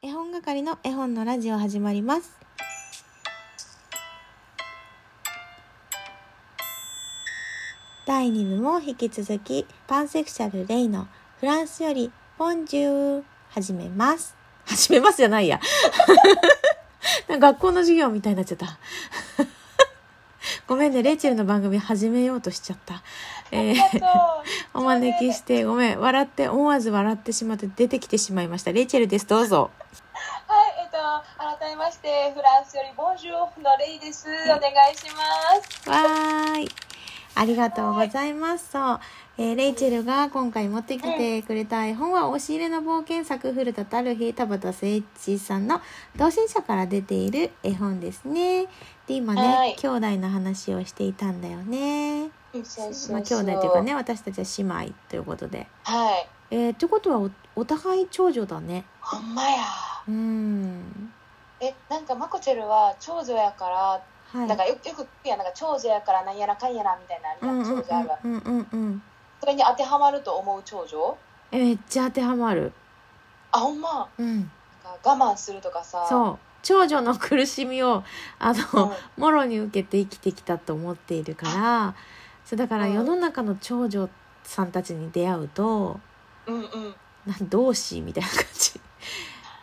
本係の絵本のラジオ始まります第2部も引き続きパンセクシャルレイのフランスよりボンジュール始めます始めますじゃないや なんか学校の授業みたいになっちゃった ごめんねレイチェルの番組始めようとしちゃったえーお招きしてごめん笑って思わず笑ってしまって出てきてしまいましたレイチェルですどうぞはい、えっと、改めまして、フランスよりボンジューフのレイです。お願いします。わーいありがとうございますそう、えーレイチェルが今回持ってきてくれた絵本は「押し入れの冒険作古田たる日田畑誠一さんの同心者から出ている絵本ですねで今ね、はい兄弟の話をしていたんだよねそうまあ、兄弟というか。ね私たちは姉妹ということではい。えー、ってことはおお互い長女だねほんまや。うんえ、なんかマコチェルは長女やから、はいなんかよよく聞くやんなんか長女やからなんやらかんやらみたいなあうんるやんうん長女あるあるうんうんうんそれに当てはまると思う長女えめっちゃ当てはまるあ、ほんま。うんなんか我慢するとかさ。そう長女の苦しみ をあうん。の、もろに受けて生きてきたと思っているからそうだからうん世の中の長女さんたちに出会うとうんうん。なんどうしみたいな感じ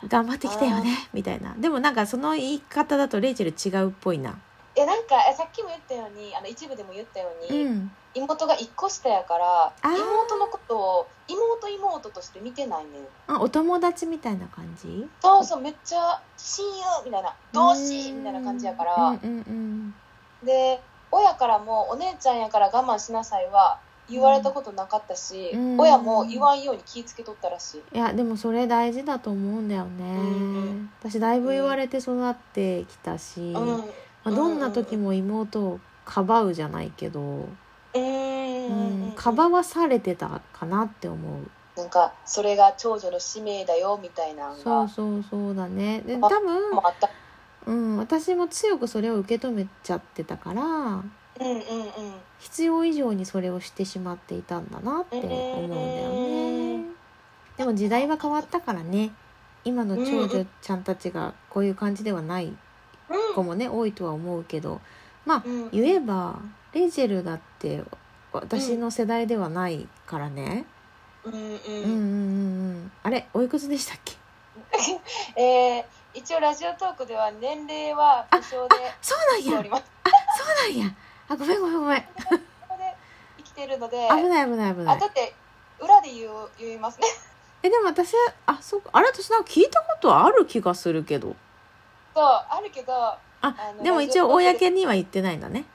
頑張ってきたよねみたいなでもなんかその言い方だとレイチェル違うっぽいな、いや、なんか、えさっきも言ったように、あの、一部でも言ったよううに、ん、妹が一個下やからあー妹のことを妹妹として見てないねんあお友達みたいな感じそうそうめっちゃ親友みたいな同志みたいな感じやかうんらうんうんで親からもお姉ちゃんやから我慢しなさいは言われたことなかったし、うん親も言わんように気ぃつけとったらしいいやでもそれ大事だと思うんだよね、うん私だいぶ言われて育ってきたし、うんまあ、どんな時も妹をかばうじゃないけど、うんうん、かばわされてたかなって思うなんかそれが長女の使命だよみたいなのがそうそうそうだねで多分、もあったうん、私も強くそれを受け止めちゃってたからうんうんうん必要以上にそれをしてしまっていたんだなって思うんだよね、うんでも時代は変わったからね今の長女ちゃんたちがこういう感じではない子もね多いとは思うけどうんうん言えばレイジェルだって私の世代ではないからね、うんううんん、うんうんうんあれおいくつでしたっけえー一応ラジオトークでは年齢は不詳でそう生きてなんおやります。そうなんやあごめんごめんごめんそこで生きてるので、危ない危ない危なあいだって裏で言う言いますね。 えでも私あそうかあれ私なんか聞いたことある気がするけどそうあるけど、あのでも一応公には言ってないんだね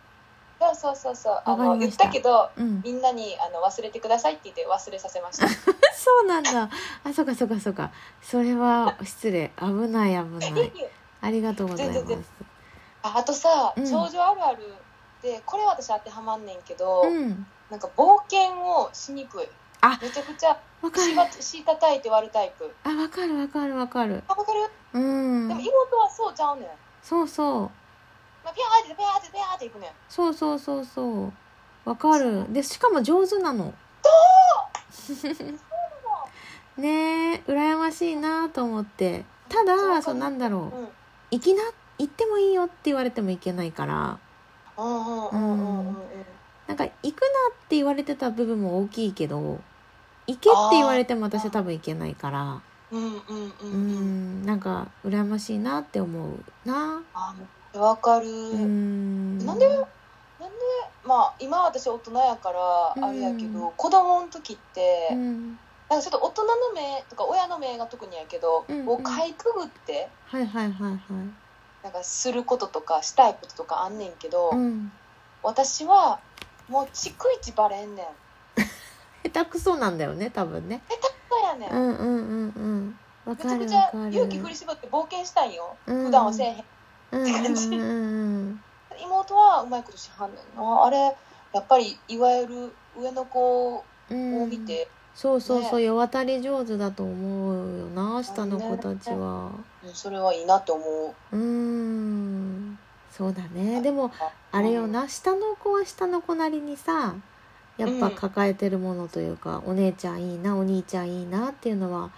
そうそうそうそうあわかのり言まっしたたけど。うんみんなにあの忘れてくださいって言って忘れさせました。そうなんだあそうかそうかそうかそれは失礼危ない危ないありがとうございます全然 ああとさ、うん長女あるあるでこれ私当てはまんねんけど、うんなんか冒険をしにくい。あめちゃくちゃわかしるばし叩いて割るタイプ。あわかるわかるわかるあわかる？うんでも妹はそうちゃうねん。そうそうまあ、ピャーってピャーってピャーっていくねん。そうそうそうそうわかるでしかも上手なのどう ねえ羨ましいなと思ってただそうなんだろうんう行きな行ってもいいよって言われてもいけないからうんうんうんうんうんうん。なんか行くなって言われてた部分も大きいけど行けって言われても私は多分行けないからうんうんううんうん。んなんか羨ましいなって思うなあ、わかる。うんなんでまあ今私大人やからあれやけど、う子供の時って、うんなんかちょっと大人の目とか親の目が特にやけど、うんうんもうかいくぐってはいはいはいはいなんかすることとかしたいこととかあんねんけど、うん私はもう逐一バレんねん。下手くそなんだよね多分ねそうやねん。うんうんうんうんわめちかゃるわくちゃかる勇気振り絞って冒険したいんよ。うん普段はせえへん。うんうんうんうん妹はうまいことしはんねんな。あれやっぱりいわゆる上の子うんを見て、そうそうそう世渡り上手だと思うよな下の子たちはうんそれはいいなと思ううんそうだねでもあれよな下の子は下の子なりにさやっぱ抱えてるものというか、お姉ちゃんいいなお兄ちゃんいいなっていうのは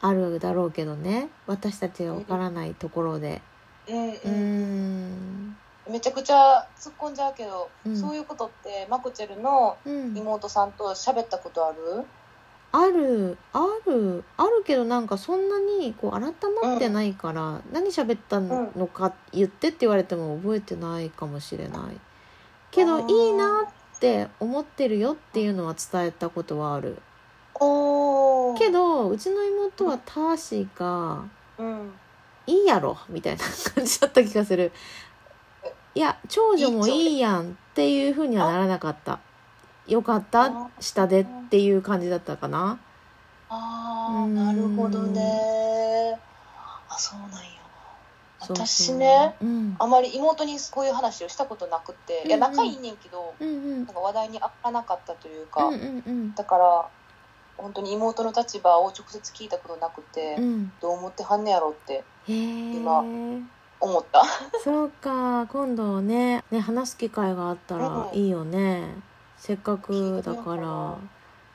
あるだろうけどね私たちがわからないところでうんうーうんんめちゃくちゃ突っ込んじゃうけど、うんそういうことってマクチェルのうん妹さんと喋ったことあるあるあるあるけどなんかそんなにこう改まってないから、何喋ったのか言ってって言われても覚えてないかもしれないけどあーいいなって思ってるよっていうのは伝えたことはあるおーけ、どうちの妹はターシーがうん、いいやろみたいな感じだった気がするいや長女もいいやんっていうふうにはならなかったよかった下でっていう感じだったかなあうあんなるほどねあそうなんやそうそう私ねうん、あまり妹にこういう話をしたことなくて、いやうんうん仲いいねんけどうんうんなんか話題にあらなかったといううか、んうんうんだから本当に妹の立場を直接聞いたことなくて、うんどう思ってはんねやろってへえ今思ったそうか今度ねね話す機会があったらうんいいよねせっかくだ聞いてかみようらか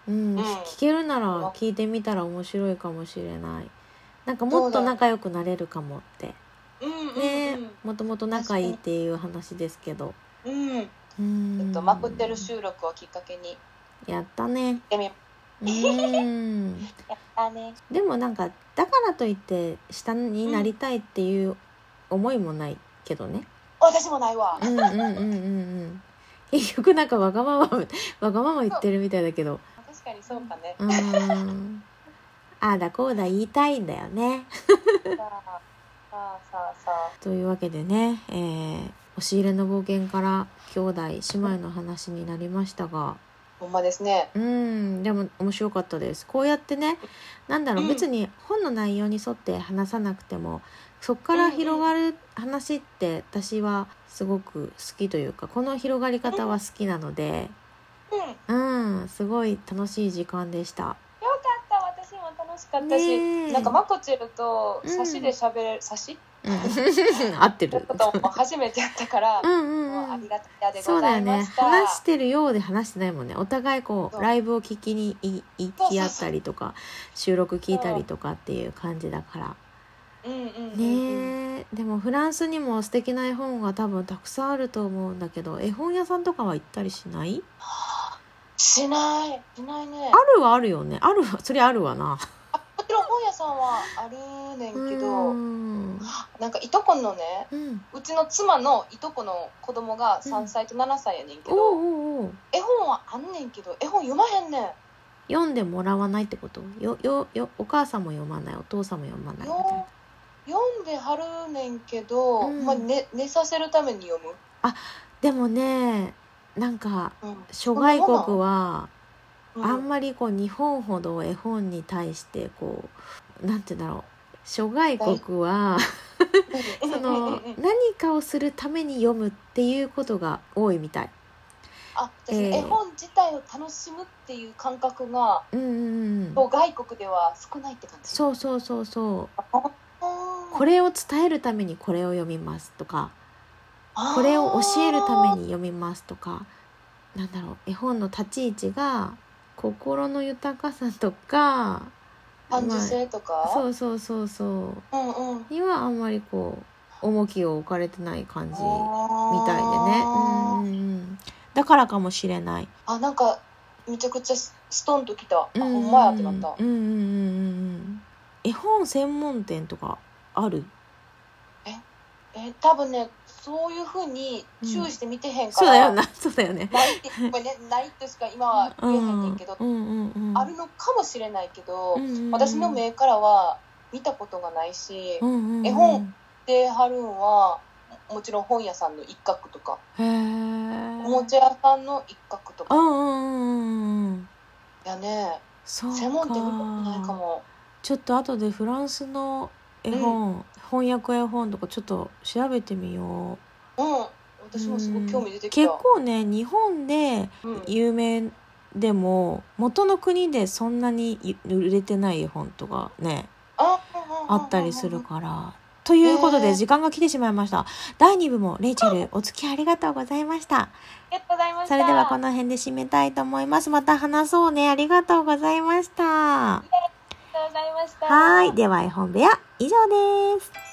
うんうん聞けるなら聞いてみたら面白いかもしれないなんかもっと仲良くなれるかもってうんうんねもともと仲いいっていう話ですけどうん、うんうんえっと、まくってる収録をきっかけにやった ねやめうんやったねでもなんかだからといって下になりたいっていう思いもないけどね私もないわうんうんうんうんうん結局なんかわがま まわがまま言ってるみたいだけど確かにそうかねうーんああだこうだ言いたいんだよねさあさあさあさあというわけでね、えー押し入れの冒険から兄弟姉妹の話になりましたがほんまですねうんでも面白かったですこうやってねなんだろう、うん別に本の内容に沿って話さなくてもそこから広がる話って私はすごく好きというかこの広がり方は好きなのでうんよかっうんすごい楽しい時間でしたた私も楽しかったし、ねえなんかマコチェルと差しで喋れる、差しうん 合ってってることも初めてやったから、うんうんもううあんりがたやでそごうだざよいねました。話してるようで話してないもんねお互いこそううライブを聞きにい行き合ったりとか収録聞いたりとかっていう感じだからうんうんうんうん。ねえでもフランスにも素敵な絵本が多分たくさんあると思うんだけど絵本屋さんとかは行ったりしないしないしないねあ。るはあるよねあるはそれあるわなもちろん本屋さんはあるねんけうど、んなんかいとこのね、うんうちの妻のいとこの子供が3歳と7歳やねんけおうど、おうおう絵本はあんねんけど絵本読まへんねん読んでもらわないってことよよよお母さんも読まないお父さんも読まないみたいなよ読んではるねんけど、うんまあ、寝寝させるために読む、でもねなんかうん、諸外国はうんあんまりこう日本ほど絵本に対してこうなんて言うんだろう諸外国はうんそうん うんうのん何かをするために読むっていうことが多いみたい。あ私えー絵本自体を楽しむっていう感覚がうんうんうん、もう外国では少ないって感じそうそうそうそうここれを伝えるためにこれを読みますとかこれを教えるために読みますとかなんだろう絵本の立ち位置が心の豊かさとか感受性とか、そうそうそうそううんうんにはあんまりこう重きを置かれてない感じみたいでね、うんあうーんうん、だからかもしれない。あなんかめちゃくちゃスストンときた、うんあうんほんまやってなった、うんうんうんうんうん絵本専門店とかあるえー多分ねそういうふうに注意して見てへんかそうだら、よな そうだよねないってごめんね ないとしか今はう言えへんねんんけど、うんうんうんあるのかもしれないけど、うんうんうん私の目からは見たことがないし、うんうんうん絵本ではるんはももちろん本屋さんの一角とか、へえおもちゃ屋さんの一角とうかんうんうんうんやねそうか専門店見たことないかもちょっと後でフランスの絵本、翻訳絵本とかちょっと調べてみよううん私もすごく興味出てきうんた結構ね日本でうん、うん有名でも元の国でそんなに売れてない絵本とかねああったりするから。ということねでえ時間が来てしまいました。第2部もレイチェルお付き合いありがとうございました。ありがとうございましたそれではこの辺で締めたいと思います。また話そうね。ありがとうございました。さよざいました。はい。では、絵本部屋、以上です。